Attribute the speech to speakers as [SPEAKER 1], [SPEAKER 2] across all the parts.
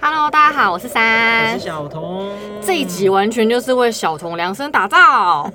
[SPEAKER 1] Hello，大家好，我是
[SPEAKER 2] 我
[SPEAKER 1] 三
[SPEAKER 2] 是。小童。
[SPEAKER 1] 这一集完全就是为小童量身打造。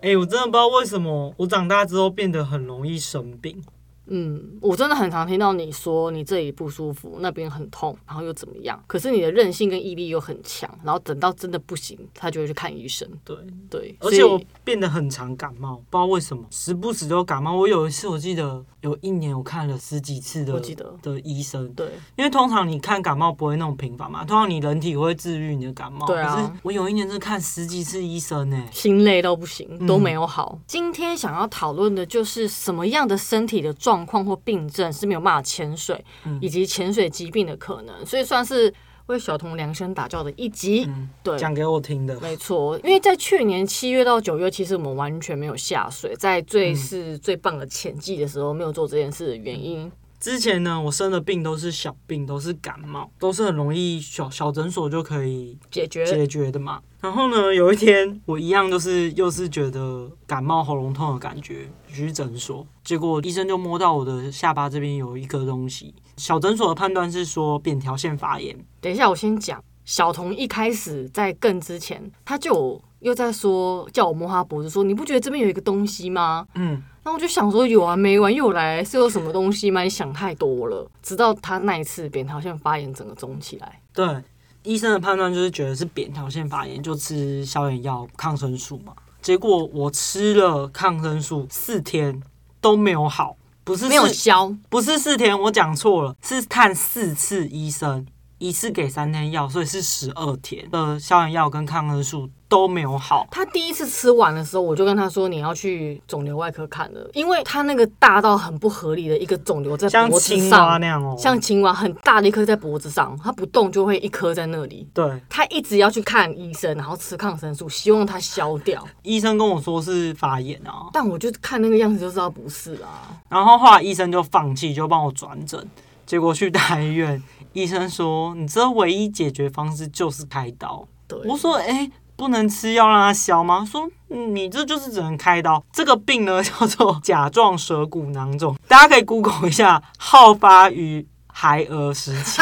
[SPEAKER 2] 哎、我真的不知道为什么我长大之后变得很容易生病。
[SPEAKER 1] 嗯，我真的很常听到你说你这里不舒服，那边很痛，然后又怎么样？可是你的韧性跟毅力又很强，然后等到真的不行，他就会去看医生。
[SPEAKER 2] 对，
[SPEAKER 1] 对，
[SPEAKER 2] 而
[SPEAKER 1] 所以
[SPEAKER 2] 且我变得很常感冒，不知道为什么，时不时都感冒。我有一次我记得有一年我看了十几次的，
[SPEAKER 1] 我记得
[SPEAKER 2] 的医生，
[SPEAKER 1] 对，
[SPEAKER 2] 因为通常你看感冒不会那么频繁嘛，通常你人体会治愈你的感冒。
[SPEAKER 1] 对啊
[SPEAKER 2] 可是我有一年真的看十几次医生欸呢、
[SPEAKER 1] 心累到不行，都
[SPEAKER 2] 嗯
[SPEAKER 1] 没有好。今天想要讨论的就是什么样的身体的状况或病症是没有办法潜水，
[SPEAKER 2] 嗯
[SPEAKER 1] 以及潜水疾病的可能，所以算是为小童量身打造的一集。
[SPEAKER 2] 嗯，
[SPEAKER 1] 对，
[SPEAKER 2] 讲给我听的。
[SPEAKER 1] 没错，因为在去年七月到九月，其实我们完全没有下水，在最是最棒的前季的时候没有做这件事的原因，
[SPEAKER 2] 之前呢，我生的病都是小病，都是感冒，都是很容易小小诊所就可以
[SPEAKER 1] 解决
[SPEAKER 2] 解决的嘛。然后呢，有一天我一样就是又是觉得感冒喉咙痛的感觉，就去诊所，结果医生就摸到我的下巴这边有一颗东西。小诊所的判断是说扁桃腺发炎，
[SPEAKER 1] 等一下，我先讲。小童一开始在更之前，他就有又在说叫我摸他脖子，说你不觉得这边有一个东西吗？
[SPEAKER 2] 嗯，
[SPEAKER 1] 那我就想说有完没完又来，是有什么东西吗？你想太多了。直到他那一次扁桃腺发炎整个肿起来，
[SPEAKER 2] 对，医生的判断就是觉得是扁桃腺发炎，就吃消炎药、抗生素嘛。结果我吃了抗生素四天都没有好，不是
[SPEAKER 1] 没有
[SPEAKER 2] 四
[SPEAKER 1] 消，
[SPEAKER 2] 不是四天，我讲错了，是看四次医生，一次给三天药，所以是十二天的消炎药跟抗生素都没有好。
[SPEAKER 1] 他第一次吃完的时候，我就跟他说你要去肿瘤外科看了，因为他那个大到很不合理的一个肿瘤在
[SPEAKER 2] 像
[SPEAKER 1] 脖子
[SPEAKER 2] 青蛙
[SPEAKER 1] 上，
[SPEAKER 2] 那样哦、
[SPEAKER 1] 像青蛙很大的一颗在脖子上，它不动就会一颗在那里。
[SPEAKER 2] 对，
[SPEAKER 1] 他一直要去看医生，然后吃抗生素，希望它消掉。
[SPEAKER 2] 医生跟我说是发炎啊，
[SPEAKER 1] 但我就看那个样子就知道不是啊。
[SPEAKER 2] 然后后来医生就放弃，就帮我转诊，结果去大医院，医生说你这唯一解决方式就是开刀。
[SPEAKER 1] 对，
[SPEAKER 2] 我说哎、诶不能吃药让它消吗？说嗯你这就是只能开刀。这个病呢 叫做甲状舌骨囊肿，大家可以 Google 一下，好发于孩儿时期，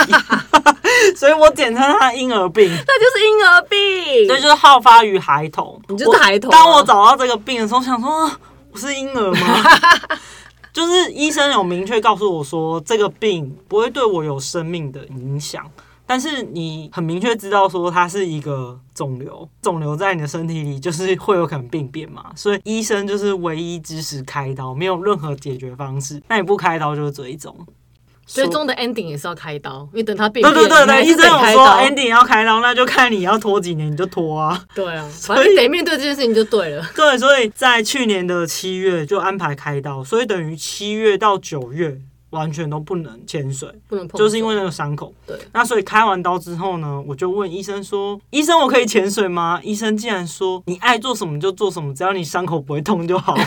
[SPEAKER 2] 所以我简称它婴儿病，
[SPEAKER 1] 那就是婴
[SPEAKER 2] 所
[SPEAKER 1] 儿
[SPEAKER 2] 以
[SPEAKER 1] 病，
[SPEAKER 2] 就是好发于孩童。
[SPEAKER 1] 你就是孩童啊
[SPEAKER 2] 我当我找到这个病的时候，想说啊我是婴儿吗？ 就是医生有明确告诉我说，这个病不会对我有生命的影响，但是你很明确知道说它是一个肿瘤，肿瘤在你的身体里就是会有可能病变嘛，所以医生就是唯一支持开刀，没有任何解决方式。那你不开刀就是追踪，
[SPEAKER 1] 最终的 ending 也是要开刀，因为等他变
[SPEAKER 2] 对对对
[SPEAKER 1] 变
[SPEAKER 2] 对，
[SPEAKER 1] 你还
[SPEAKER 2] 医
[SPEAKER 1] 是
[SPEAKER 2] 生
[SPEAKER 1] 得
[SPEAKER 2] 有
[SPEAKER 1] 开
[SPEAKER 2] 说
[SPEAKER 1] 刀
[SPEAKER 2] ending 要开刀，那就看你要拖几年你就拖啊。
[SPEAKER 1] 对啊，反正你得面对这件事情就对了。
[SPEAKER 2] 对，所以在去年的七月就安排开刀，所以等于七月到九月完全都不能潜水，
[SPEAKER 1] 不能碰手，
[SPEAKER 2] 就是因为那个伤口。
[SPEAKER 1] 对，
[SPEAKER 2] 那所以开完刀之后呢，我就问医生说：“医生，我可以潜水吗？”医生竟然说：“你爱做什么就做什么，只要你伤口不会痛就好。”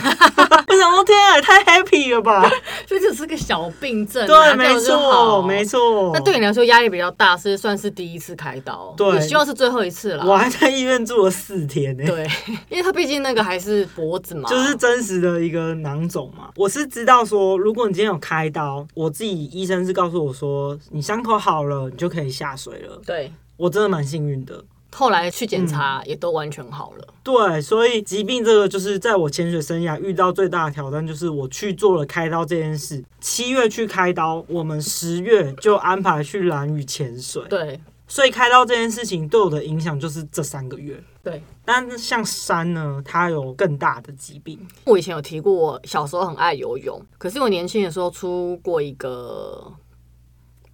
[SPEAKER 2] 我想说，天啊，也太 happy 了 吧？
[SPEAKER 1] 所以这只是个小病症啊，
[SPEAKER 2] 对，
[SPEAKER 1] 这样
[SPEAKER 2] 没
[SPEAKER 1] 就好
[SPEAKER 2] 错，没。错。
[SPEAKER 1] 那对你来说压力比较大，是算是第一次开刀，
[SPEAKER 2] 对
[SPEAKER 1] 也希望是最后一次
[SPEAKER 2] 我
[SPEAKER 1] 啦。
[SPEAKER 2] 还在医院住了四天呢、
[SPEAKER 1] 对，因为他毕竟那个还是脖子嘛，
[SPEAKER 2] 就是真实的一个囊肿嘛。我是知道说，如果你今天有开刀，我自己医生是告诉我说，你伤口好了，你就可以下水了。
[SPEAKER 1] 对。
[SPEAKER 2] 我真的蛮幸运的。
[SPEAKER 1] 后来去检查也都完全好了，
[SPEAKER 2] 对，所以疾病这个就是在我潜水生涯遇到最大的挑战，就是我去做了开刀这件事。七月去开刀，我们十月就安排去蓝屿潜水。
[SPEAKER 1] 对
[SPEAKER 2] 所以开刀这件事情对我的影响就是这三个月。
[SPEAKER 1] 对。
[SPEAKER 2] 但像山呢，它有更大的疾病，
[SPEAKER 1] 我以前有提过，我小时候很爱游泳，可是我年轻的时候出过一个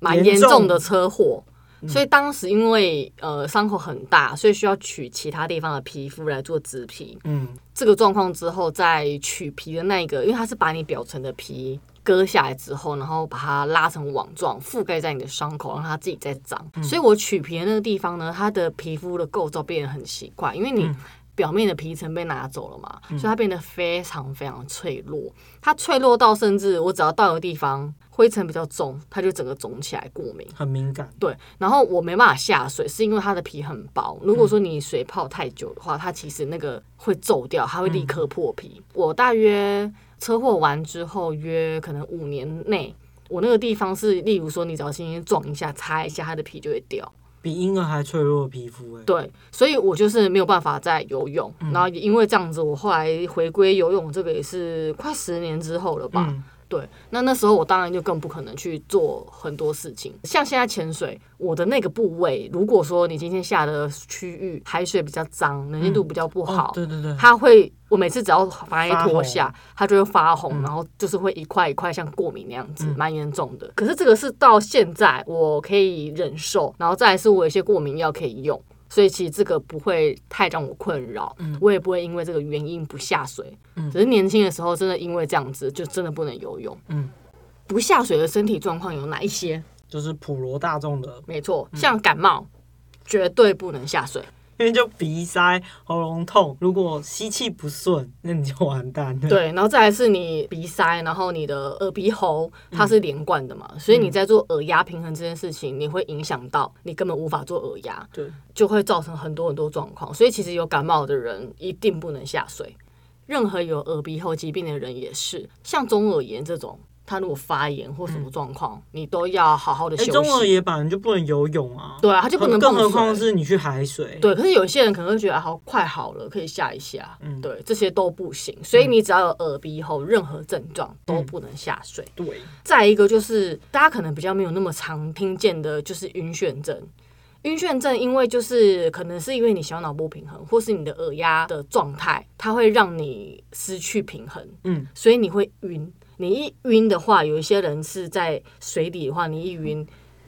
[SPEAKER 1] 蛮严重的车祸，所以当时因为呃伤口很大，所以需要取其他地方的皮肤来做植皮。
[SPEAKER 2] 嗯，
[SPEAKER 1] 这个状况之后，再取皮的那一个，因为它是把你表层的皮割下来之后，然后把它拉成网状，覆盖在你的伤口，让它自己再长。所以我取皮的那个地方呢，它的皮肤的构造变得很奇怪，因为你。表面的皮层被拿走了嘛，所以它变得非常非常脆弱。它脆弱到甚至我只要到一个地方灰尘比较重，它就整个肿起来过敏。
[SPEAKER 2] 很敏感。
[SPEAKER 1] 对，然后我没办法下水，是因为它的皮很薄。如果说你水泡太久的话，它其实那个会皱掉，它会立刻破皮。我大约车祸完之后，约可能五年内，我那个地方是，例如说你只要轻轻撞一下、擦一下，它的皮就会掉。
[SPEAKER 2] 比婴儿还脆弱的皮肤、欸，哎，
[SPEAKER 1] 对，所以我就是没有办法再游泳，然后也因为这样子，我后来回归游泳，这个也是快十年之后了吧。
[SPEAKER 2] 嗯
[SPEAKER 1] 对，那那时候我当然就更不可能去做很多事情，像现在潜水，我的那个部位，如果说你今天下的区域海水比较脏，能见度比较不好，
[SPEAKER 2] 哦对对对，
[SPEAKER 1] 它会，我每次只要把它
[SPEAKER 2] 发
[SPEAKER 1] 一脱
[SPEAKER 2] 红嗯
[SPEAKER 1] 下，它就会发红，然后就是会一块一块像过敏那样子，蛮严重的。可是这个是到现在我可以忍受，然后再来是我有一些过敏药可以用。所以其实这个不会太让我困扰，
[SPEAKER 2] 嗯
[SPEAKER 1] 我也不会因为这个原因不下水。只是年轻的时候真的因为这样子，就真的不能游泳。
[SPEAKER 2] 嗯
[SPEAKER 1] 不下水的身体状况有哪一些？
[SPEAKER 2] 就是普罗大众的，
[SPEAKER 1] 没错，
[SPEAKER 2] 嗯
[SPEAKER 1] 像感冒，绝对不能下水。
[SPEAKER 2] 因为就鼻塞、喉咙痛，如果吸气不顺，那你就完蛋了。，
[SPEAKER 1] 对，然后再来是你鼻塞，然后你的耳鼻喉它是连贯的嘛，
[SPEAKER 2] 嗯
[SPEAKER 1] 所以你在做耳压平衡这件事情，你会影响到你根本无法做耳压，
[SPEAKER 2] 对，
[SPEAKER 1] 就会造成很多很多状况。所以其实有感冒的人一定不能下水，任何有耳鼻喉疾病的人也是，像中耳炎这种，它如果发炎或什么状况，你都要好好的
[SPEAKER 2] 嗯
[SPEAKER 1] 休
[SPEAKER 2] 哎、
[SPEAKER 1] 息。
[SPEAKER 2] 中耳也本来就不能游泳啊，
[SPEAKER 1] 对啊，它就不能
[SPEAKER 2] 更
[SPEAKER 1] 碰
[SPEAKER 2] 何况
[SPEAKER 1] 水
[SPEAKER 2] 是你去海水。
[SPEAKER 1] 对，可是有些人可能会觉得啊好快好了，可以下一下，
[SPEAKER 2] 嗯
[SPEAKER 1] 对，这些都不行。所以你只要有耳鼻喉任何症状都不能下水。
[SPEAKER 2] 对，
[SPEAKER 1] 再一个就是大家可能比较没有那么常听见的，就是晕眩症。晕眩症，因为就是可能是因为你小脑波平衡，或是你的耳压的状态，它会让你失去平衡，
[SPEAKER 2] 嗯，
[SPEAKER 1] 所以你会晕。你一晕的话，有一些人是在水底的话，你一晕，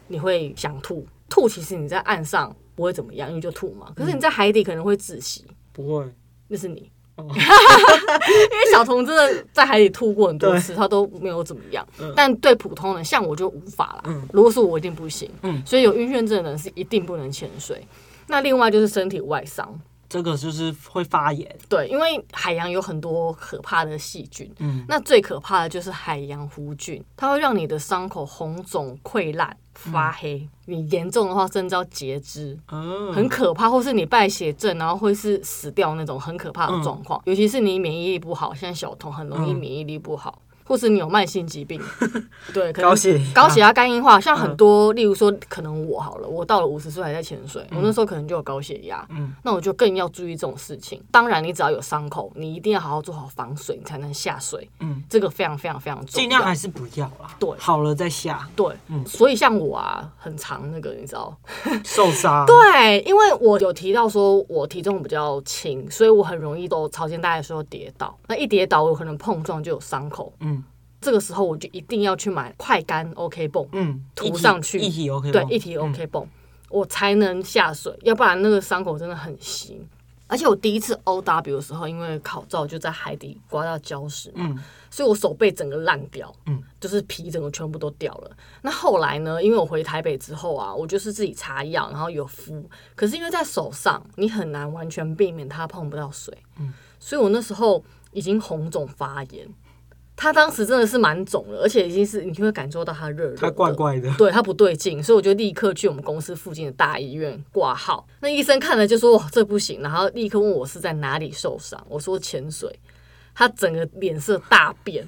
[SPEAKER 1] 你会想吐。吐其实你在岸上不会怎么样，因为就吐嘛。可是你在海底可能会窒息，
[SPEAKER 2] 不会，
[SPEAKER 1] 那是你。
[SPEAKER 2] 哦
[SPEAKER 1] 因为小童真的在海里吐过很多次，他都没有怎么样。但对普通人，像我就无法啦。
[SPEAKER 2] 嗯
[SPEAKER 1] 如果是我，一定不行。
[SPEAKER 2] 嗯
[SPEAKER 1] 所以有晕眩症的人是一定不能潜水。那另外就是身体外伤，
[SPEAKER 2] 这个就是会发炎。
[SPEAKER 1] 对，因为海洋有很多可怕的细菌，
[SPEAKER 2] 嗯
[SPEAKER 1] 那最可怕的就是海洋弧菌，它会让你的伤口红肿、溃烂、发黑，你严重的话甚至要截肢。
[SPEAKER 2] 嗯，
[SPEAKER 1] 很可怕，或是你败血症，然后会是死掉那种很可怕的状况。尤其是你免疫力不好，像小童很容易
[SPEAKER 2] 嗯
[SPEAKER 1] 免疫力不好，或是你有慢性 疾病，对，可能
[SPEAKER 2] 高血压嗯
[SPEAKER 1] 高血压、肝硬化，像很多，例如说，可能我好了，我到了五十岁还在潜水，我那时候可能就有高血压，
[SPEAKER 2] 嗯
[SPEAKER 1] 那我就更要注意这种事情。当然，你只要有伤口，你一定要好好做好防水，你才能下水，
[SPEAKER 2] 嗯，
[SPEAKER 1] 这个非常非常非常重要。
[SPEAKER 2] 尽量还是嗯不要啦。
[SPEAKER 1] 对
[SPEAKER 2] 好了再下，
[SPEAKER 1] 对，所以像我啊，很常那个，你知道，
[SPEAKER 2] 受伤。
[SPEAKER 1] 对，因为我有提到说我体重比较轻，所以我很容易都朝天大的时候跌倒。那一跌倒，我可能碰撞就有伤口，
[SPEAKER 2] 嗯
[SPEAKER 1] 这个时候我就一定要去买快干 OK 泵，
[SPEAKER 2] 嗯，
[SPEAKER 1] 涂
[SPEAKER 2] 一体
[SPEAKER 1] 上去
[SPEAKER 2] 一体 OK
[SPEAKER 1] 对
[SPEAKER 2] 吗，
[SPEAKER 1] 一体 OK 泵，我才能下水，要不然那个伤口真的很新。而且我第一次 OW 的时候，因为考照就在海底刮到礁石嘛，
[SPEAKER 2] 嗯
[SPEAKER 1] 所以我手背整个烂掉，
[SPEAKER 2] 嗯
[SPEAKER 1] 就是皮整个全部都掉了。那后来呢，因为我回台北之后啊，我就是自己擦药，然后有敷，可是因为在手上，你很难完全避免它碰不到水，
[SPEAKER 2] 嗯
[SPEAKER 1] 所以我那时候已经红肿发炎，它当时真的是蛮肿了，而且已经是你会感受到它热热的，
[SPEAKER 2] 它怪怪的。
[SPEAKER 1] 对它不对劲，所以我就立刻去我们公司附近的大医院挂号。那医生看了就说：“哇，哦这不行！”然后立刻问我是在哪里受伤，我说潜水。他整个脸色大 变，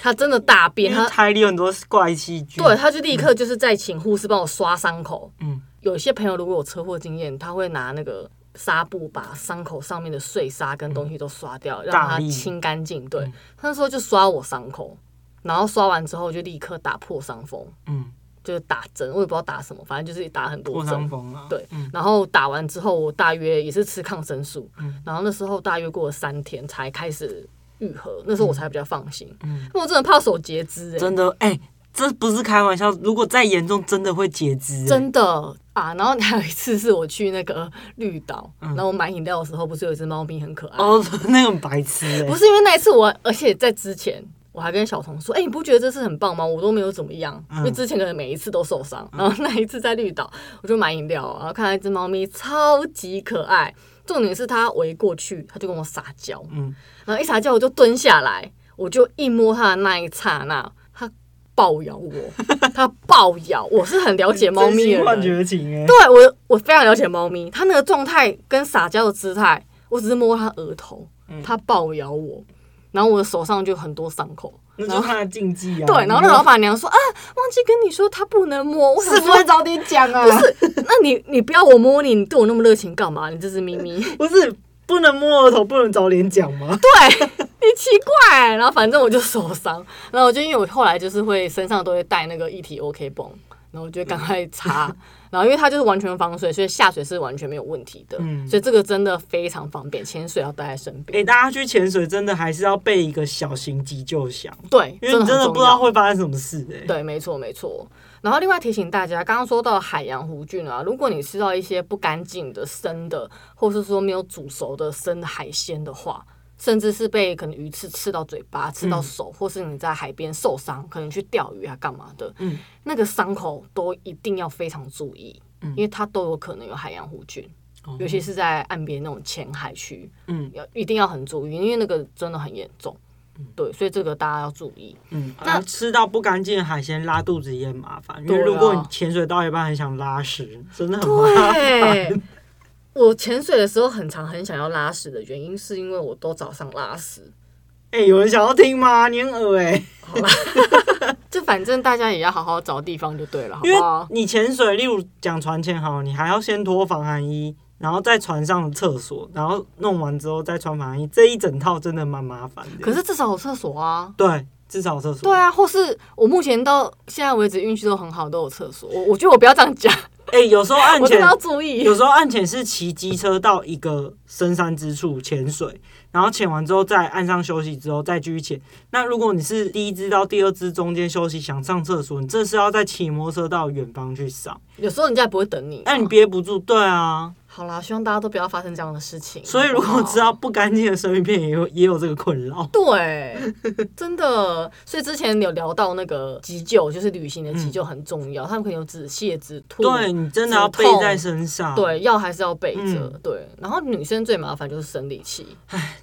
[SPEAKER 1] 他真的大变，
[SPEAKER 2] 因为
[SPEAKER 1] 他
[SPEAKER 2] 胎里有很多怪细菌。
[SPEAKER 1] 对，他就立刻就是在请护士帮我刷伤口。
[SPEAKER 2] 嗯，
[SPEAKER 1] 有些朋友如果有车祸经验，他会拿那个纱布把伤口上面的碎沙跟东西都刷掉，让它
[SPEAKER 2] 嗯力嗯
[SPEAKER 1] 清干净。对，他那时候就刷我伤口，然后刷完之后就立刻打破伤风。
[SPEAKER 2] 嗯，
[SPEAKER 1] 就是打针，我也不知道打什么，反正就是打很多
[SPEAKER 2] 破
[SPEAKER 1] 针
[SPEAKER 2] 伤。风啊。
[SPEAKER 1] 对，然后打完之后，我大约也是吃抗生素，
[SPEAKER 2] 嗯
[SPEAKER 1] 然后那时候大约过了三天才开始愈合，那时候我才比较放心。因为我真的怕手截肢、欸，
[SPEAKER 2] 嗯真的，哎、这不是开玩笑，如果再严重，真的会截肢、哎
[SPEAKER 1] 真的啊！然后还有一次是我去那个绿岛，
[SPEAKER 2] 嗯
[SPEAKER 1] 然后我买饮料的时候，不是有一只猫咪很可爱，
[SPEAKER 2] 哦， 那个很白痴、哎
[SPEAKER 1] 不是因为那一次我，而且在之前我还跟小童说，哎、你不觉得这次很棒吗？我都没有怎么样，
[SPEAKER 2] 嗯
[SPEAKER 1] 因为之前可能每一次都受伤， 然后那一次在绿岛，我就买饮料，然后看到一只猫咪超级可爱，重点是它围过去，它就跟我撒娇，
[SPEAKER 2] 嗯
[SPEAKER 1] 然后一撒娇我就蹲下来，我就一摸它的那一刹那，它暴咬 我，它暴咬，我是很了解猫咪
[SPEAKER 2] 真心
[SPEAKER 1] 的
[SPEAKER 2] 幻
[SPEAKER 1] 人，啊
[SPEAKER 2] 觉情、哎，
[SPEAKER 1] 对我我非常了解猫咪，它那个状态跟撒娇的姿态，我只是摸它额头，它暴咬我，然后我的手上就很多伤口。
[SPEAKER 2] 那就是他的禁忌啊。
[SPEAKER 1] 对，然后那老板娘说啊，忘记跟你说他不能摸。我想
[SPEAKER 3] 是不
[SPEAKER 1] 说
[SPEAKER 3] 会，早点讲啊？
[SPEAKER 1] 不是，那你你不要我摸你，你对我那么热情干嘛？你这只咪咪，
[SPEAKER 2] 不是不能摸额头，不能早点讲 吗？
[SPEAKER 1] 对你奇怪。 然后反正我就受伤，然后我就因为我后来就是会身上都会带那个一体 OK 绷，然后我就赶快擦。然后因为它就是完全防水，所以下水是完全没有问题的。
[SPEAKER 2] 嗯
[SPEAKER 1] 所以这个真的非常方便，潜水要带在身
[SPEAKER 2] 哎、
[SPEAKER 1] 边。
[SPEAKER 2] 大家去潜水真的还是要备一个小型急救箱，
[SPEAKER 1] 对，
[SPEAKER 2] 因为你
[SPEAKER 1] 很
[SPEAKER 2] 真的
[SPEAKER 1] 重
[SPEAKER 2] 不知
[SPEAKER 1] 要
[SPEAKER 2] 道会发生什么事、欸。哎，
[SPEAKER 1] 对，没错没错。然后另外提醒大家，刚刚说到海洋弧菌啊，如果你吃到一些不干净的生的，或是说没有煮熟的生的海鲜的话，甚至是被可能鱼刺刺到嘴巴、刺
[SPEAKER 2] 嗯
[SPEAKER 1] 到手，或是你在海边受伤，可能去钓鱼啊干嘛的，
[SPEAKER 2] 嗯
[SPEAKER 1] 那个伤口都一定要非常注意，因为它都有可能有海洋弧菌。
[SPEAKER 2] 嗯哦
[SPEAKER 1] 尤其是在岸边那种浅海区，
[SPEAKER 2] 嗯
[SPEAKER 1] 要一定要很注意，因为那个真的很严重，对，所以这个大家要注意。
[SPEAKER 2] 嗯，
[SPEAKER 1] 那
[SPEAKER 2] 那吃到不干净的海鲜拉肚子也很麻烦，因为
[SPEAKER 1] 对啊
[SPEAKER 2] 如果你潜水到一半很想拉屎，真的很麻烦。
[SPEAKER 1] 对，我潜水的时候很常很想要拉屎的原因，是因为我都早上拉屎。
[SPEAKER 2] 哎、有人想要听吗？你很恶哎、
[SPEAKER 1] 好啦，就反正大家也要好好找地方就对了，好
[SPEAKER 2] 因
[SPEAKER 1] 不
[SPEAKER 2] 为
[SPEAKER 1] 好？
[SPEAKER 2] 你潜水，例如讲船前好了，你还要先脱防寒衣，然后在船上的厕所，然后弄完之后再穿防寒衣，这一整套真的蛮麻烦的。
[SPEAKER 1] 可是至少有厕所啊。
[SPEAKER 2] 对，至少有厕所。
[SPEAKER 1] 对啊，或是我目前到现在为止运气都很好，都有厕所。我我觉得我不要这样讲，
[SPEAKER 2] 哎、有时候岸
[SPEAKER 1] 我真
[SPEAKER 2] 潜
[SPEAKER 1] 的要注意
[SPEAKER 2] 有。时候岸潜是骑机车到一个深山之处潜水，然后潜完之后在岸上休息之后再继续潜。那如果你是第一支到第二支中间休息想上厕所，你这是要再骑摩托车到远方去上，
[SPEAKER 1] 有时候人家也不会等你。哦
[SPEAKER 2] 那你憋不住，对啊。
[SPEAKER 1] 好啦，希望大家都不要发生这样的事情。
[SPEAKER 2] 所以如
[SPEAKER 1] 好
[SPEAKER 2] 果
[SPEAKER 1] 不好
[SPEAKER 2] 吃到不干净的生鱼片，也有也有这个困扰。
[SPEAKER 1] 对，真的。所以之前有聊到那个急救，就是旅行的急救很重要，他们可能有止泻、止吐，
[SPEAKER 2] 对你真的要
[SPEAKER 1] 止
[SPEAKER 2] 背
[SPEAKER 1] 痛
[SPEAKER 2] 在身上，，
[SPEAKER 1] 对，药还是要备着。
[SPEAKER 2] 嗯
[SPEAKER 1] 对，然后女生最麻烦就是生理期。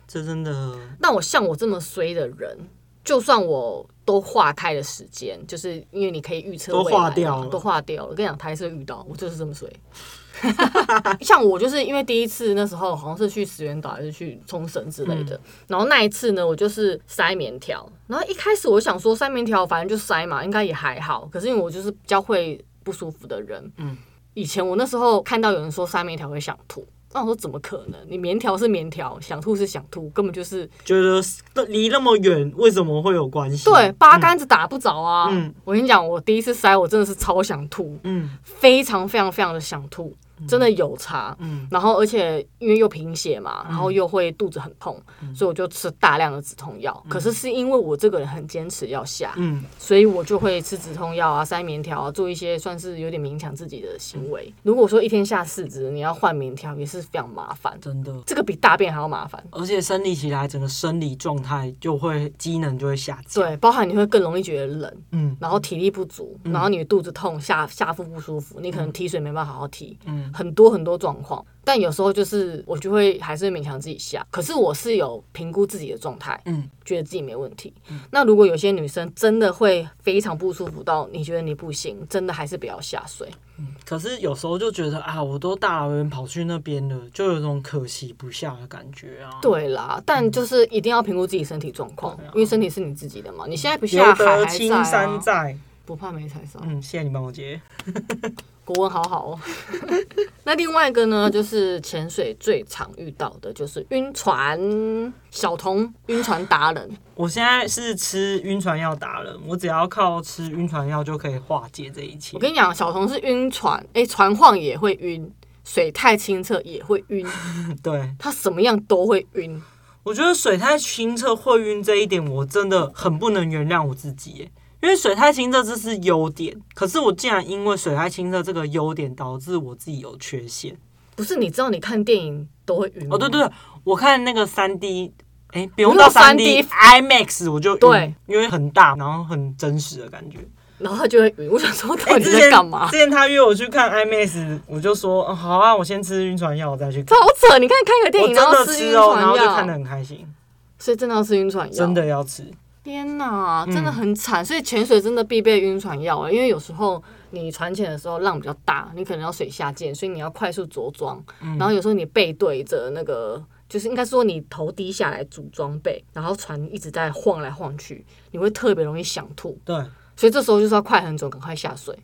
[SPEAKER 2] 这真的
[SPEAKER 1] 那我像我这么衰的人，就算我都化开的时间，就是因为你可以预测
[SPEAKER 2] 都
[SPEAKER 1] 未来
[SPEAKER 2] 化
[SPEAKER 1] 嘛
[SPEAKER 2] 掉了
[SPEAKER 1] 都化掉了。我跟你讲，他还是会遇到，我就是这么衰。 像我就是因为第一次那时候好像是去石原岛还是去冲绳之类
[SPEAKER 2] 嗯
[SPEAKER 1] 的，然后那一次呢，我就是塞棉条，然后一开始我想说塞棉条反正就塞嘛，应该也还好，可是因为我就是比较会不舒服的人，
[SPEAKER 2] 嗯
[SPEAKER 1] 以前我那时候看到有人说塞棉条会想吐，那我说怎么可能？你棉条是棉条，想吐是想吐，根本就是
[SPEAKER 2] 觉得离那么远，为什么会有关系？
[SPEAKER 1] 对，八竿子打不着啊！
[SPEAKER 2] 嗯
[SPEAKER 1] 我跟你讲，我第一次塞，我真的是超想吐，
[SPEAKER 2] 嗯
[SPEAKER 1] 非常非常非常的想吐，真的有差。
[SPEAKER 2] 嗯
[SPEAKER 1] 然后，而且因为又贫血嘛，然后又会肚子很痛，
[SPEAKER 2] 嗯
[SPEAKER 1] 所以我就吃大量的止痛药。可是是因为我这个人很坚持要下，
[SPEAKER 2] 嗯
[SPEAKER 1] 所以我就会吃止痛药啊、塞棉条啊，做一些算是有点勉强自己的行为。
[SPEAKER 2] 嗯
[SPEAKER 1] 如果说一天下四支，你要换棉条也是非常麻烦
[SPEAKER 2] 嗯，，真的。
[SPEAKER 1] 这个比大便还要麻烦。
[SPEAKER 2] 而且生理起来，整个生理状态就会机能就会下降。
[SPEAKER 1] 对，包含你会更容易觉得冷，
[SPEAKER 2] 嗯
[SPEAKER 1] 然后体力不足，然后你肚子痛、下下腹不舒服，你可能提水没办法好好提，
[SPEAKER 2] 嗯
[SPEAKER 1] 很多很多状况。但有时候就是我就会还是会勉强自己下，可是我是有评估自己的状态，
[SPEAKER 2] 嗯，
[SPEAKER 1] 觉得自己没问题。那如果有些女生真的会非常不舒服到你觉得你不行，真的还是不要下水。
[SPEAKER 2] 嗯可是有时候就觉得啊，我都大老远跑去那边了，就有种可惜不下的感觉啊。，
[SPEAKER 1] 对啦，但就是一定要评估自己身体状况，因为身体是你自己的嘛。你现在不下
[SPEAKER 2] 留
[SPEAKER 1] 海还
[SPEAKER 2] 得青
[SPEAKER 1] 在、啊，
[SPEAKER 2] 山在。
[SPEAKER 1] 不怕没柴烧。
[SPEAKER 2] 嗯，谢谢你帮我接。
[SPEAKER 1] 国文好好哦。 那另外一个呢，就是潜水最常遇到的就是晕船，小童晕船达人，
[SPEAKER 2] 我现在是吃晕船药达人，我只要靠吃晕船药就可以化解这一切
[SPEAKER 1] 我。跟你讲，小童是晕船，哎、船晃也会晕，水太清澈也会晕，
[SPEAKER 2] 对，
[SPEAKER 1] 他什么样都会晕。
[SPEAKER 2] 我觉得水太清澈会晕这一点，我真的很不能原谅我自己耶。因为水太清澈这是优点，可是我竟然因为水太清澈这个优点导致我自己有缺陷。
[SPEAKER 1] 不是，你知道你看电影都会晕吗
[SPEAKER 2] 哦，对对对，我看那个三 D，哎、不
[SPEAKER 1] 用
[SPEAKER 2] 用到
[SPEAKER 1] 3D
[SPEAKER 2] 三 D IMAX 我就晕
[SPEAKER 1] 对，
[SPEAKER 2] 因为很大，然后很真实的感觉。
[SPEAKER 1] 然后他就会晕。我想说，
[SPEAKER 2] 哎、
[SPEAKER 1] 到底
[SPEAKER 2] 之
[SPEAKER 1] 在
[SPEAKER 2] 前
[SPEAKER 1] 干嘛？
[SPEAKER 2] 之前他约我去看 IMAX，我就说、嗯好啊，我先吃晕船药，我再去看。
[SPEAKER 1] 超扯！你看看个电
[SPEAKER 2] 我
[SPEAKER 1] 影，
[SPEAKER 2] 真
[SPEAKER 1] 然后
[SPEAKER 2] 的
[SPEAKER 1] 吃晕
[SPEAKER 2] 吃哦，然后就看
[SPEAKER 1] 船
[SPEAKER 2] 得
[SPEAKER 1] 药，
[SPEAKER 2] 很开心，
[SPEAKER 1] 所以真的要吃晕船药，
[SPEAKER 2] 真的要吃。
[SPEAKER 1] 天呐，真的很惨，所以潜水真的必备晕船药啊、因为有时候你船潜的时候浪比较大，你可能要水下见，所以你要快速着装，然后有时候你背对着那个。就是应该说你头低下来组装备，然后船一直在晃来晃去，你会特别容易想吐，
[SPEAKER 2] 对，
[SPEAKER 1] 所以这时候就是要快很准，赶快下水。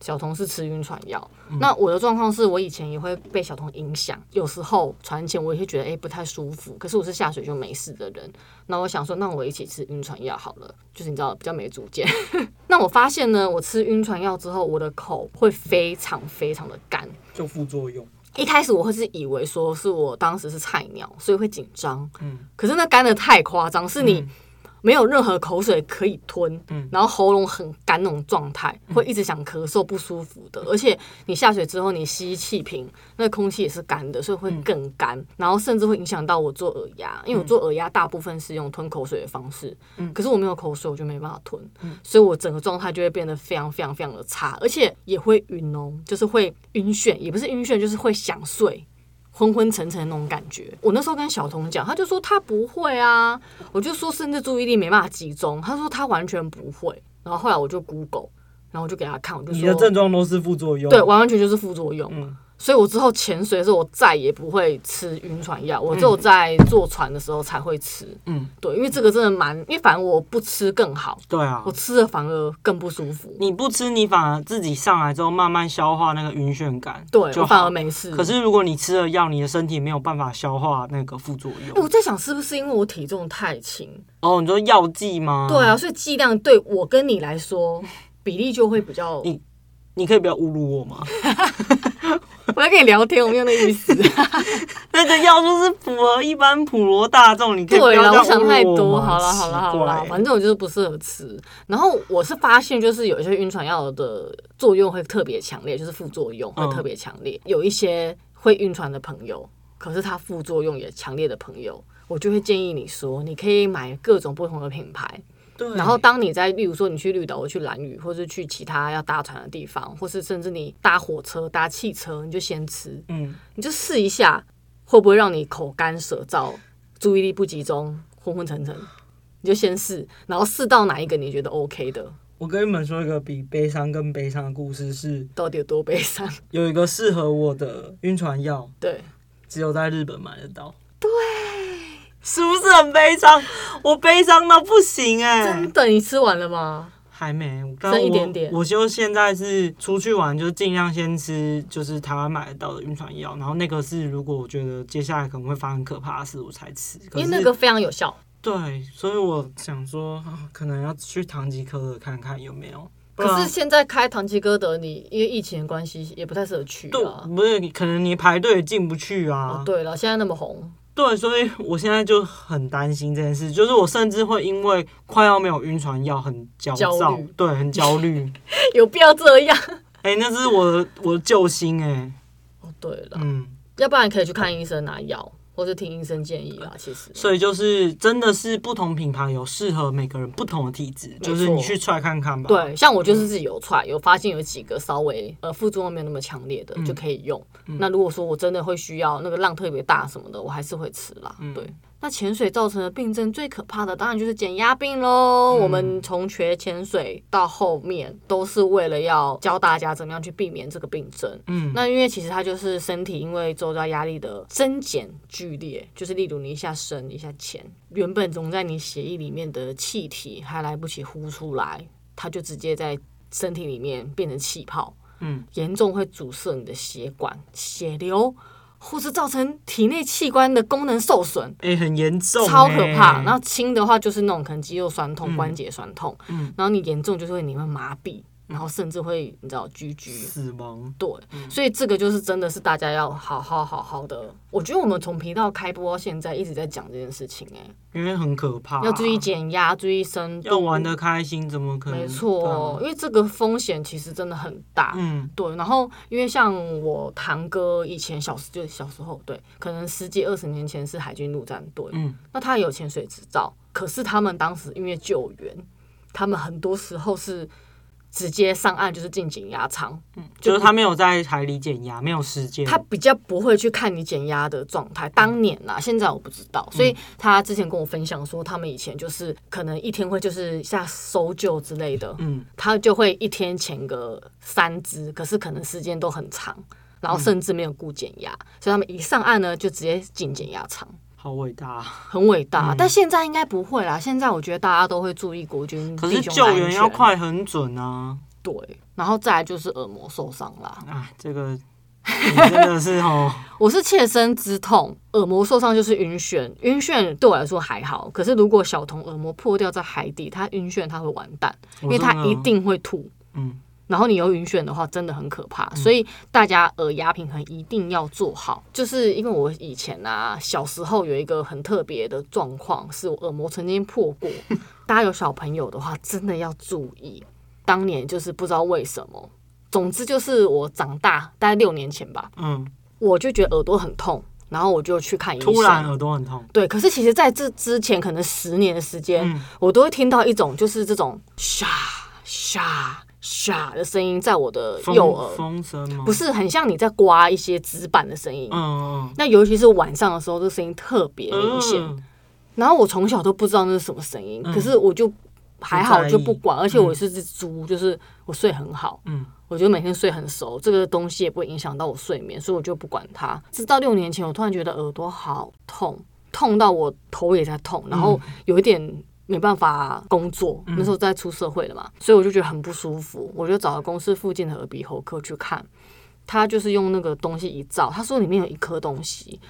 [SPEAKER 1] 小童是吃晕船药，那我的状况是我以前也会被小童影响，有时候船前我也会觉得哎、诶不太舒服，可是我是下水就没事的人，那我想说那我一起吃晕船药好了，就是你知道比较没主见。 那我发现呢，我吃晕船药之后，我的口会非常非常的干，
[SPEAKER 2] 就副作用。
[SPEAKER 1] 一开始我会是以为说是我当时是菜鸟，所以会紧张。
[SPEAKER 2] 嗯
[SPEAKER 1] 可是那干的太夸张，是你
[SPEAKER 2] 嗯
[SPEAKER 1] 没有任何口水可以吞，
[SPEAKER 2] 嗯
[SPEAKER 1] 然后喉咙很干那种状态，会一直想咳嗽不舒服的。而且你下水之后，你吸气瓶，那空气也是干的，所以会
[SPEAKER 2] 嗯
[SPEAKER 1] 更干，然后甚至会影响到我做耳压，因为我做耳压大部分是用吞口水的方式，
[SPEAKER 2] 嗯
[SPEAKER 1] 可是我没有口水，我就没办法吞，
[SPEAKER 2] 嗯
[SPEAKER 1] 所以我整个状态就会变得非常非常非常的差，而且也会晕哦，就是会晕眩，也不是晕眩，就是会想睡。昏昏沉沉的那种感觉。我那时候跟小童讲，他就说他不会啊，我就说甚至注意力没办法集中，他说他完全不会。然后后来我就 Google，然后我就给他看，我就
[SPEAKER 2] 你的
[SPEAKER 1] 说
[SPEAKER 2] 症状都是副作用。
[SPEAKER 1] 对，完完全就是副作用。
[SPEAKER 2] 嗯
[SPEAKER 1] 所以我之后潜水的时候，我再也不会吃晕船药，我只有在坐船的时候才会吃。
[SPEAKER 2] 嗯，
[SPEAKER 1] 对，因为这个真的蛮，因为反正我不吃更好，
[SPEAKER 2] 对啊
[SPEAKER 1] 我，吃了反而更不舒服。
[SPEAKER 2] 你不吃，你反而自己上来之后慢慢消化那个晕眩感，
[SPEAKER 1] 对，
[SPEAKER 2] 就
[SPEAKER 1] 我反而
[SPEAKER 2] 好。
[SPEAKER 1] 没事。
[SPEAKER 2] 可是如果你吃了药，你的身体没有办法消化那个副作
[SPEAKER 1] 哎我
[SPEAKER 2] 用。
[SPEAKER 1] 在想，是不是因为我体重太轻，
[SPEAKER 2] 哦，你说药剂吗？
[SPEAKER 1] 对，啊，所以剂量对我跟你来说比例就会比较。
[SPEAKER 2] 你你可以不要侮辱我吗？
[SPEAKER 1] 我在跟你聊天，我没有那意思。
[SPEAKER 2] 那个药就是符合一般普罗大众，你可以不
[SPEAKER 1] 对
[SPEAKER 2] 要
[SPEAKER 1] 了，
[SPEAKER 2] 这
[SPEAKER 1] 我
[SPEAKER 2] 样
[SPEAKER 1] 想太
[SPEAKER 2] 侮辱
[SPEAKER 1] 多。
[SPEAKER 2] 我吗
[SPEAKER 1] 好了好了好了，
[SPEAKER 2] 奇怪
[SPEAKER 1] 反正我就是不适合吃。然后我是发现，就是有一些晕船药的作用会特别强烈，就是副作用会
[SPEAKER 2] 嗯
[SPEAKER 1] 特别强烈。有一些会晕船的朋友，可是他副作用也强烈的朋友。我就会建议你说，你可以买各种不同的品牌，
[SPEAKER 2] 对，
[SPEAKER 1] 然后当你在，例如说你去绿岛，或去蓝屿，或是去其他要搭船的地方，或是甚至你搭火车、搭汽车，你就先吃，
[SPEAKER 2] 嗯，
[SPEAKER 1] 你就试一下，会不会让你口干舌燥、注意力不集中、昏昏沉沉？你就先试，然后试到哪一个你觉得 OK 的，
[SPEAKER 2] 我跟你们说一个比悲伤更悲伤的故事是，
[SPEAKER 1] 到底有多悲伤？
[SPEAKER 2] 有一个适合我的晕船药，
[SPEAKER 1] 对，
[SPEAKER 2] 只有在日本买得到。对，是不是很悲伤？我悲伤到不行哎、
[SPEAKER 1] 真的，你吃完了吗？
[SPEAKER 2] 还没，我刚
[SPEAKER 1] 剩一点点
[SPEAKER 2] 我我就现在是出去玩，就尽量先吃，就是台湾买得到的晕船药，然后那个是如果我觉得接下来可能会发生可怕的事，我才吃。可
[SPEAKER 1] 因
[SPEAKER 2] 是
[SPEAKER 1] 为那个非常有效。
[SPEAKER 2] 对，所以我想说，啊可能要去唐吉诃德看看有没有。不
[SPEAKER 1] 可
[SPEAKER 2] 然
[SPEAKER 1] 是现在开唐吉诃德，你因为疫情的关系，也不太适合去
[SPEAKER 2] 对
[SPEAKER 1] 啊。，
[SPEAKER 2] 不是可能你排队也进不去啊。
[SPEAKER 1] 哦，对了，现在那么红，
[SPEAKER 2] 对，所以我现在就很担心这件事，就是我甚至会因为快要没有晕船药很焦躁，
[SPEAKER 1] 焦虑
[SPEAKER 2] 对，很焦虑。
[SPEAKER 1] 有必要这样？
[SPEAKER 2] 哎、那是我的我的救星哎、
[SPEAKER 1] 哦，对了，
[SPEAKER 2] 嗯，
[SPEAKER 1] 要不然可以去看医生拿药，或者听医生建议啦。其实，
[SPEAKER 2] 所以就是真的是不同品牌有适合每个人不同的体质，就是你
[SPEAKER 1] 错
[SPEAKER 2] 去 try 看看吧。，嗯
[SPEAKER 1] 对，像我就是自己有 try，有发现有几个稍微呃副作用没有那么强烈的、
[SPEAKER 2] 嗯
[SPEAKER 1] 就可以用。那如果说我真的会需要那个浪特别大什么的，我还是会吃啦。
[SPEAKER 2] 嗯
[SPEAKER 1] 对。那潜水造成的病症最可怕的当然就是减压病喽。我
[SPEAKER 2] 嗯
[SPEAKER 1] 们从学潜水到后面都是为了要教大家怎么样去避免这个病症。
[SPEAKER 2] 嗯，
[SPEAKER 1] 那因为其实它就是身体因为周遭压力的增减剧烈，就是例如你一下深一下浅，原本融在你血液里面的气体还来不及呼出来，它就直接在身体里面变成气泡，
[SPEAKER 2] 嗯，
[SPEAKER 1] 严重会阻塞你的血管、血流，或是造成体内器官的功能受损。
[SPEAKER 2] 哎、很严重、欸，
[SPEAKER 1] 超可怕。然后轻的话就是那种可能肌肉酸痛、关节酸痛，
[SPEAKER 2] 嗯
[SPEAKER 1] 然后你严重就是会你会麻痹，然后甚至会你知道居居。
[SPEAKER 2] 死亡，
[SPEAKER 1] 对，
[SPEAKER 2] 嗯
[SPEAKER 1] 所以这个就是真的是大家要好好好好的。我觉得我们从频道开播到现在一直在讲这件事情、欸，
[SPEAKER 2] 因为很可怕，
[SPEAKER 1] 要注意减压，注意深度，
[SPEAKER 2] 啊要玩的开心，怎么可能？
[SPEAKER 1] 没
[SPEAKER 2] 对啊
[SPEAKER 1] 错，因为这个风险其实真的很大。
[SPEAKER 2] 嗯
[SPEAKER 1] 对，然后因为像我堂哥以前小时就是小时候，对，可能十几二十年前是海军陆战队，
[SPEAKER 2] 嗯，
[SPEAKER 1] 那他有潜水执照，可是他们当时因为救援，他们很多时候是直接上岸就是进减压舱，
[SPEAKER 2] 就是他没有在海里减压，没有时间，
[SPEAKER 1] 他比较不会去看你减压的状态。当年啦，现在我不知道，所以
[SPEAKER 2] 嗯
[SPEAKER 1] 他之前跟我分享说，他们以前就是可能一天会就是像搜救之类的，
[SPEAKER 2] 嗯
[SPEAKER 1] 他就会一天潜个三只，可是可能时间都很长，然后甚至没有顾减压，所以他们一上岸呢就直接进减压舱。
[SPEAKER 2] 好伟大。啊
[SPEAKER 1] 很伟大。
[SPEAKER 2] 嗯
[SPEAKER 1] 但现在应该不会啦，现在我觉得大家都会注意国军
[SPEAKER 2] 可
[SPEAKER 1] 弟
[SPEAKER 2] 是
[SPEAKER 1] 兄的
[SPEAKER 2] 救
[SPEAKER 1] 安
[SPEAKER 2] 援
[SPEAKER 1] 全
[SPEAKER 2] 要快很准啊！
[SPEAKER 1] 对，然后再来就是耳膜受伤啦。
[SPEAKER 2] 啊，这个 你真的是哦，
[SPEAKER 1] 我是切身之痛，耳膜受伤就是晕眩，晕眩对我来说还好，可是如果小童耳膜破掉在海底，他晕眩他会完蛋，因
[SPEAKER 2] 因
[SPEAKER 1] 为他一定会吐。
[SPEAKER 2] 嗯，
[SPEAKER 1] 然后你又晕眩的话，真的很可怕，所以大家耳压平衡一定要做好。就是因为我以前啊，小时候有一个很特别的状况，是我耳膜曾经破过。大家有小朋友的话，真的要注意。当年就是不知道为什么，总之就是我长大大概六年前吧，
[SPEAKER 2] 嗯，
[SPEAKER 1] 我就觉得耳朵很痛，然后我就去看医生。
[SPEAKER 2] 突然耳朵很痛，
[SPEAKER 1] 对，可是其实在这之前，可能十年的时间，
[SPEAKER 2] 嗯
[SPEAKER 1] 我都会听到一种就是这种沙沙沙的声音在我的
[SPEAKER 2] 风
[SPEAKER 1] 右耳，
[SPEAKER 2] 风声吗？
[SPEAKER 1] 不是很像你在刮一些纸板的声音。
[SPEAKER 2] 嗯，
[SPEAKER 1] 那尤其是晚上的时候，这声音特别
[SPEAKER 2] 嗯
[SPEAKER 1] 明显。
[SPEAKER 2] 嗯，
[SPEAKER 1] 然后我从小都不知道那是什么声音，可是我就还好，
[SPEAKER 2] 不在意
[SPEAKER 1] 就不管。而且我是只猪，就是我睡很好，
[SPEAKER 2] 嗯
[SPEAKER 1] 我觉得每天睡很熟，这个东西也不会影响到我睡眠，所以我就不管它。直到六年前，我突然觉得耳朵好痛，痛到我头也在痛，
[SPEAKER 2] 嗯
[SPEAKER 1] 然后有一点。没办法工作，那时候在出社会了嘛，所以我就觉得很不舒服，我就找了公司附近的耳鼻喉科去看，他就是用那个东西一照，他说里面有一颗东西。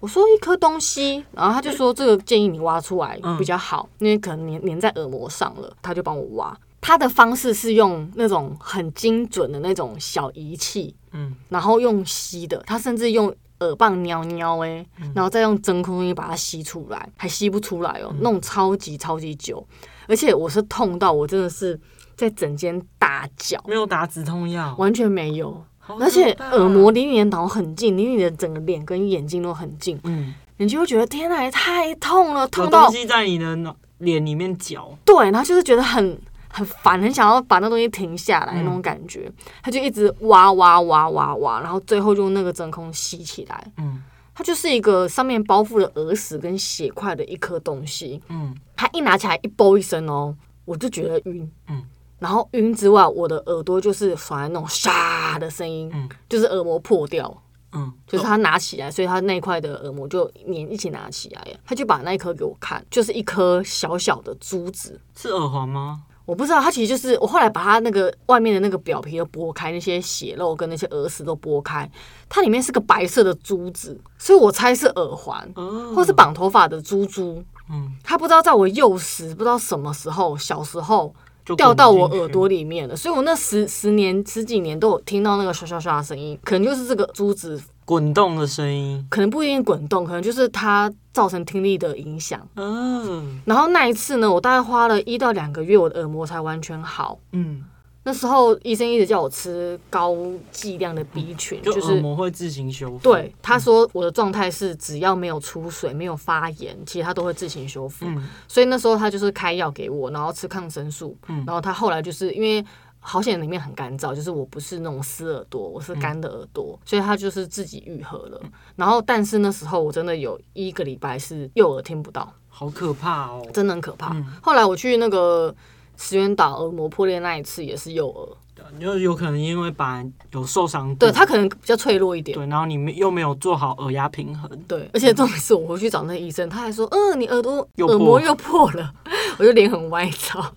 [SPEAKER 1] 我说一颗东西，然后他就说这个建议你挖出来比较好，因为可能粘粘在耳膜上了。他就帮我挖，他的方式是用那种很精准的那种小仪器，
[SPEAKER 2] 嗯，
[SPEAKER 1] 然后用吸的，他甚至用耳棒尿尿哎、然后再用真空液把它吸出来，还吸不出来哦，弄超级超级久，而且我是痛到我真的是在整间大叫，
[SPEAKER 2] 没有打止痛药，
[SPEAKER 1] 完全没有，
[SPEAKER 2] 好
[SPEAKER 1] 而且
[SPEAKER 2] 可怕啊
[SPEAKER 1] 耳膜，离你的脑很近，离你的整个脸跟眼睛都很近，
[SPEAKER 2] 嗯，
[SPEAKER 1] 你就会觉得天哪，也太痛了，
[SPEAKER 2] 有
[SPEAKER 1] 痛
[SPEAKER 2] 东
[SPEAKER 1] 到
[SPEAKER 2] 西在你的脑脸里面搅，
[SPEAKER 1] 对，然后就是觉得很很烦，很想要把那东西停下来
[SPEAKER 2] 嗯
[SPEAKER 1] 那种感觉。他就一直挖挖挖挖挖，然后最后就用那个真空吸起来。
[SPEAKER 2] 嗯
[SPEAKER 1] 它就是一个上面包覆了耳屎跟血块的一颗东西，
[SPEAKER 2] 嗯
[SPEAKER 1] 它一拿起来一啵一声哦，我就觉得晕，
[SPEAKER 2] 嗯
[SPEAKER 1] 然后晕之外，我的耳朵就是传来那种沙的声音，
[SPEAKER 2] 嗯
[SPEAKER 1] 就是耳膜破掉。
[SPEAKER 2] 嗯，
[SPEAKER 1] 就是他拿起来，所以他那一块的耳膜就连一起拿起来了。他就把那一颗给我看，就是一颗小小的珠子。
[SPEAKER 2] 是耳环吗？
[SPEAKER 1] 我不知道，它其实就是我后来把它那个外面的那个表皮都剥开，那些血肉跟那些耳屎都剥开，它里面是个白色的珠子，所以我猜是耳环，
[SPEAKER 2] 哦，
[SPEAKER 1] 或是绑头发的珠珠。
[SPEAKER 2] 嗯，
[SPEAKER 1] 它不知道在我幼时，不知道什么时候，小时候
[SPEAKER 2] 就
[SPEAKER 1] 掉到我
[SPEAKER 2] 滚进去
[SPEAKER 1] 耳朵里面了，所以我那十十年十几年都有听到那个唰唰唰的声音，可能就是这个珠子
[SPEAKER 2] 滚动的声音，
[SPEAKER 1] 可能不一定滚动，可能就是它造成听力的影响。
[SPEAKER 2] 嗯
[SPEAKER 1] 然后那一次呢，我大概花了一到两个月，我的耳膜才完全好。
[SPEAKER 2] 嗯，
[SPEAKER 1] 那时候医生一直叫我吃高剂量的 B 群，
[SPEAKER 2] 就
[SPEAKER 1] 就
[SPEAKER 2] 耳
[SPEAKER 1] 是
[SPEAKER 2] 膜会自行修复，
[SPEAKER 1] 对他说我的状态是只要没有出水、没有发炎，其实它都会自行修复。
[SPEAKER 2] 嗯
[SPEAKER 1] 所以那时候他就是开药给我，然后吃抗生素。然后他后来就是因为好险里面很干燥，就是我不是那种湿耳朵，我是干的耳朵，所以他就是自己愈合了。然后但是那时候我真的有一个礼拜是右耳听不到，
[SPEAKER 2] 好可怕哦，
[SPEAKER 1] 真的很可怕。后来我去那个石原岛耳膜破裂那一次也是右耳，
[SPEAKER 2] 就有可能因为把有受伤，
[SPEAKER 1] 对，他可能比较脆弱一点。
[SPEAKER 2] 对，然后你没又没有做好耳压平衡，
[SPEAKER 1] 对，而且重点是我回去找那个医生，他还说，嗯，你耳朵
[SPEAKER 2] 嗯又
[SPEAKER 1] 耳
[SPEAKER 2] 破
[SPEAKER 1] 膜又破了， 我就脸很歪糟。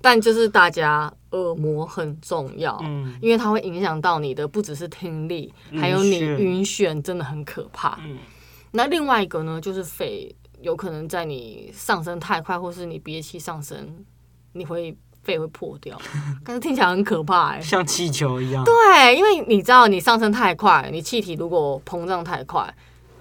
[SPEAKER 1] 但就是大家耳膜很重要，
[SPEAKER 2] 嗯
[SPEAKER 1] 因为它会影响到你的不只是听力，还有你晕眩，真的很可怕。
[SPEAKER 2] 嗯
[SPEAKER 1] 那另外一个呢，就是肺有可能在你上升太快，或是你憋气上升，你会肺会破掉， 但是听起来很可怕哎、
[SPEAKER 2] 像气球一样，
[SPEAKER 1] 对，因为你知道你上升太快，你气体如果膨胀太快，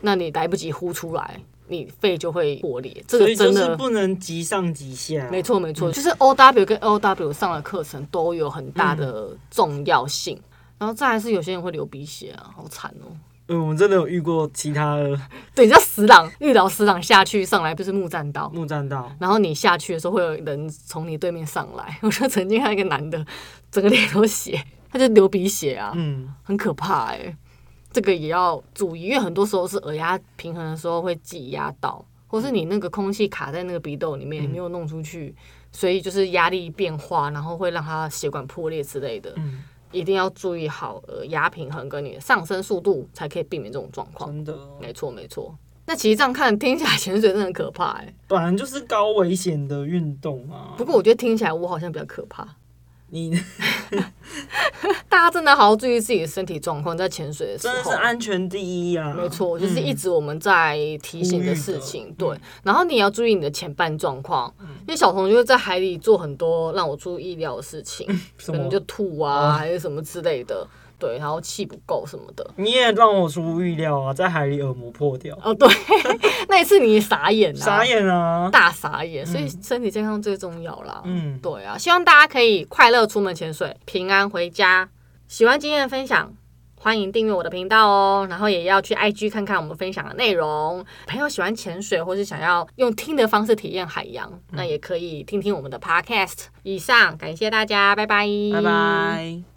[SPEAKER 1] 那你来不及呼出来，你肺就会破裂。这
[SPEAKER 2] 所
[SPEAKER 1] 个
[SPEAKER 2] 以就
[SPEAKER 1] 真
[SPEAKER 2] 是
[SPEAKER 1] 的。
[SPEAKER 2] 不嗯能急上急下，
[SPEAKER 1] 没错，没错，就是 O W 跟 O W 上的课程都有很
[SPEAKER 2] 嗯
[SPEAKER 1] 大的重要性，然后再来是有些人会流鼻血啊，好惨哦、
[SPEAKER 2] 嗯，我真的有遇过其他的
[SPEAKER 1] 对，你知道死党遇到死党下去上来不是木栈道，
[SPEAKER 2] 木栈道，
[SPEAKER 1] 然后你下去的时候会有人从你对面上来。 我就曾经看到一个男的，整个脸都血，他就流鼻血啊，
[SPEAKER 2] 嗯，
[SPEAKER 1] 很可怕哎、这个也要注意，因为很多时候是耳压平衡的时候会挤压到，或是你那个空气卡在那个鼻窦
[SPEAKER 2] 嗯
[SPEAKER 1] 里面也没有弄出去，所以就是压力变化，然后会让它血管破裂之类的。
[SPEAKER 2] 嗯
[SPEAKER 1] 一定要注意好耳压平衡跟你的上升速度，才可以避免这种状况。
[SPEAKER 2] 真的，
[SPEAKER 1] 没错，没错。那其实这样看，听起来潜水真的很可怕哎、
[SPEAKER 2] 本来就是高危险的运动啊。
[SPEAKER 1] 不过我觉得听起来我好像比较可怕。
[SPEAKER 2] 你
[SPEAKER 1] 大家真的好好注意自己的身体状况，在潜水的时
[SPEAKER 2] 真的是
[SPEAKER 1] 候。
[SPEAKER 2] 安全第一啊！
[SPEAKER 1] 没错，就是一直我们在提醒的事情，
[SPEAKER 2] 嗯
[SPEAKER 1] 对。然后你也要注意你的前半状况，因为小童就会在海里做很多让我出意料的事情，
[SPEAKER 2] 嗯什
[SPEAKER 1] 可
[SPEAKER 2] 么
[SPEAKER 1] 能就吐啊，还是什么之类的，对。然后气不够什么的，
[SPEAKER 2] 你也让我出乎预料啊，在海里耳膜破掉，
[SPEAKER 1] 哦，对， 那一次你也傻眼啊，
[SPEAKER 2] 傻眼啊！
[SPEAKER 1] 大傻眼，所以身体健康最重要啦。
[SPEAKER 2] 嗯
[SPEAKER 1] 对啊，希望大家可以快乐出门潜水，平安回家。喜欢今天的分享，欢迎订阅我的频道哦，然后也要去 IG 看看我们分享的内容。朋友喜欢潜水或是想要用听的方式体验海洋，那也可以听听我们的 Podcast。以上，感谢大家，拜拜，
[SPEAKER 2] 拜拜。